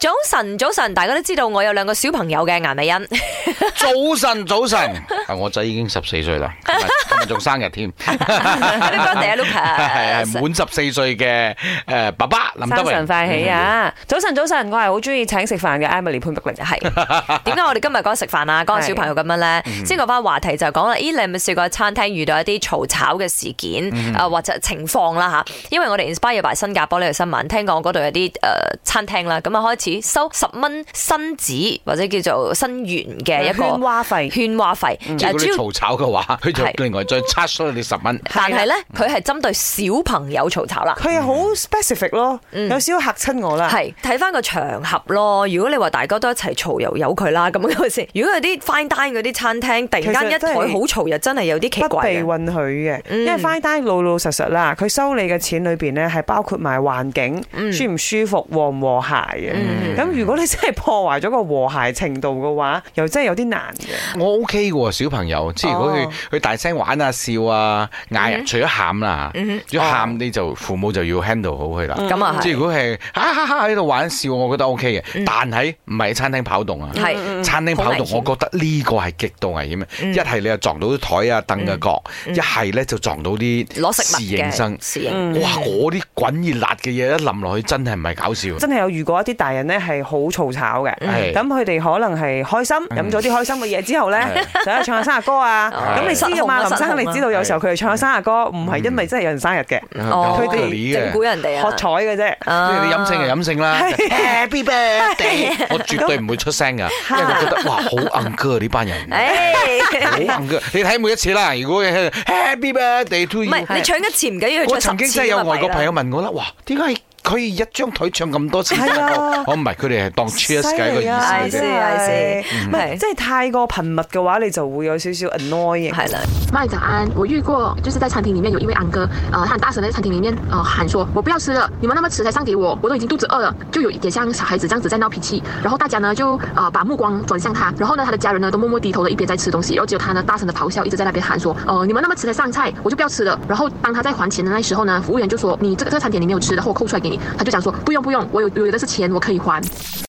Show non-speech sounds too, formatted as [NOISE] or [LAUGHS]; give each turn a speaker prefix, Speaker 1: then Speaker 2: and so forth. Speaker 1: 早晨，早晨，大家都知道我有兩個小朋友嘅顏 [LAUGHS] 美欣，
Speaker 2: 早晨，早晨， [LAUGHS] 啊，我仔已經十四歲啦， [LAUGHS] 今日今日仲生日 [LAUGHS] 添，
Speaker 1: Happy birthday 啊
Speaker 2: 係
Speaker 1: Lucas！
Speaker 2: 滿十四歲嘅诶爸爸林德
Speaker 3: 生
Speaker 2: 榮
Speaker 3: 辰快喜！啊！早晨，早晨，我係好中意請食飯嘅 Emily 潘碧玲。啊
Speaker 1: 係點解我哋今日講食飯啊，講
Speaker 3: 係
Speaker 1: 小朋友咁樣咧？先講翻話題就係講啦，咦，你有冇試過喺餐廳遇到一啲嘈吵嘅事件啊，或者情況啦吓？因為我哋 inspire by 新加坡呢條新聞，聽講嗰度有啲诶餐廳啦，咁啊開始收十蚊新紙或者叫做新元嘅一
Speaker 3: 喧
Speaker 1: 個
Speaker 3: 哗費，
Speaker 1: 圈話費，
Speaker 2: 即係
Speaker 1: 啊
Speaker 2: 如果
Speaker 1: 主
Speaker 2: 你
Speaker 1: 要
Speaker 2: 嘈吵嘅 [LAUGHS] 話，佢就
Speaker 1: 係
Speaker 2: 另外再 charge 多你十蚊。
Speaker 1: 但係咧，佢係針對小朋友嘈吵啦。
Speaker 4: 佢係好
Speaker 3: 嗯
Speaker 4: specific 咯，有少少嚇親我啦。
Speaker 1: 係睇翻個場合咯。如果你話大家都一齊嘈，又由佢啦咁樣先。如果有啲 fine dine 嗰啲餐廳，突然間一
Speaker 4: 其實真
Speaker 1: 台
Speaker 4: 係
Speaker 1: 好嘈，又真係有啲奇
Speaker 4: 不
Speaker 1: 怪嘅
Speaker 4: 被允許嘅，
Speaker 1: 嗯
Speaker 4: 因為 fine dine 老老實實啦，佢收你嘅錢裏邊咧係包括埋環境、
Speaker 3: 嗯
Speaker 4: 舒唔舒服、和唔和諧嘅。咁如果你真係破壞咗個和諧程度嘅話，又真係有啲難嘅。
Speaker 2: 我 OK 嘅喎，小朋友，即係如果佢佢大聲玩啊、笑啊、嗌啊，除咗喊啦，如果喊你就父母就要 handle 好佢啦。
Speaker 1: 咁啊
Speaker 2: 嗯即係
Speaker 1: 係
Speaker 2: 如果係哈哈哈喺度玩笑，我覺得 OK 嘅，但係唔係喺餐廳跑動啊。
Speaker 1: 係
Speaker 2: 餐廳跑
Speaker 1: 嗯好危
Speaker 2: 動，
Speaker 1: 險嗯
Speaker 2: 我覺得呢個係極度危險嘅。一係你又撞到台啊、凳嘅角，一係咧就撞到啲
Speaker 1: 攞食物
Speaker 2: 侍應生
Speaker 1: 嘅。嗯侍應。
Speaker 2: 哇！嗰啲滾熱辣嘅嘢一淋落去，真係唔係搞笑。
Speaker 4: 真係有遇過一啲大人咧係好嘈吵嘅，
Speaker 2: 係
Speaker 4: 咁佢哋可能係開心飲咗啲開心嘅嘢之後咧，就去唱下生日歌
Speaker 1: [LAUGHS]
Speaker 4: 啊。
Speaker 1: 係
Speaker 4: 咁你知㗎
Speaker 1: 失控啊
Speaker 4: 嘛，林生
Speaker 1: 失控啊
Speaker 4: 你知道有時候佢哋唱下生日歌，唔係因為真係有人生日嘅，
Speaker 2: 啊嗯
Speaker 1: 哦
Speaker 4: 佢哋
Speaker 1: 整啊蠱人哋
Speaker 4: 喝
Speaker 1: 啊！
Speaker 4: 彩嘅啫。
Speaker 2: 即係你飲性就飲性啦
Speaker 1: [LAUGHS]
Speaker 2: ，Happy birthday！我絕對唔會出聲噶，因為我覺得哇好硬哥呢
Speaker 1: [LAUGHS]
Speaker 2: 班人，
Speaker 1: 哎誒
Speaker 2: 好硬哥。你睇每一次啦，如果係 Happy birthday to
Speaker 1: 唔
Speaker 2: you，
Speaker 1: 係你搶一次唔緊要，
Speaker 2: 我
Speaker 1: 佢
Speaker 2: 曾
Speaker 1: 搶
Speaker 2: 經
Speaker 1: 十次啊
Speaker 2: 真係有外國朋
Speaker 1: 友。
Speaker 2: 友問我啦，哇點解可以一張台唱咁多次生日
Speaker 4: 係
Speaker 2: 歌
Speaker 4: 啊？
Speaker 2: 我唔係佢哋係當 cheers 嘅一個意
Speaker 1: 啊
Speaker 2: 思
Speaker 1: 真
Speaker 2: 嘅啫。
Speaker 1: 係
Speaker 4: 唔係即係太過頻密嘅話，你就會有少少 annoying。
Speaker 1: 係啦，
Speaker 5: 麦早安，我遇过就是在餐厅里面有一位安哥，呃，他很大声地在餐厅里面呃喊说，我不要吃了，你们那么迟才上给呃我，我都已经肚子饿了，就有一点像小孩子这样子在闹脾气，然后大家呢就呃把目光转向他，然后呢他的家人呢都默默低头的一边在吃东西，然后只有他呢大声的咆哮，一直在那边喊说，呃你们那么迟才上菜，我就不要吃了，然后当他在还钱的那时候呢，服务员就说你这个这个餐点你没有吃，然后我扣出来给你，他就讲说不用不用，我有有的是钱，我可以还。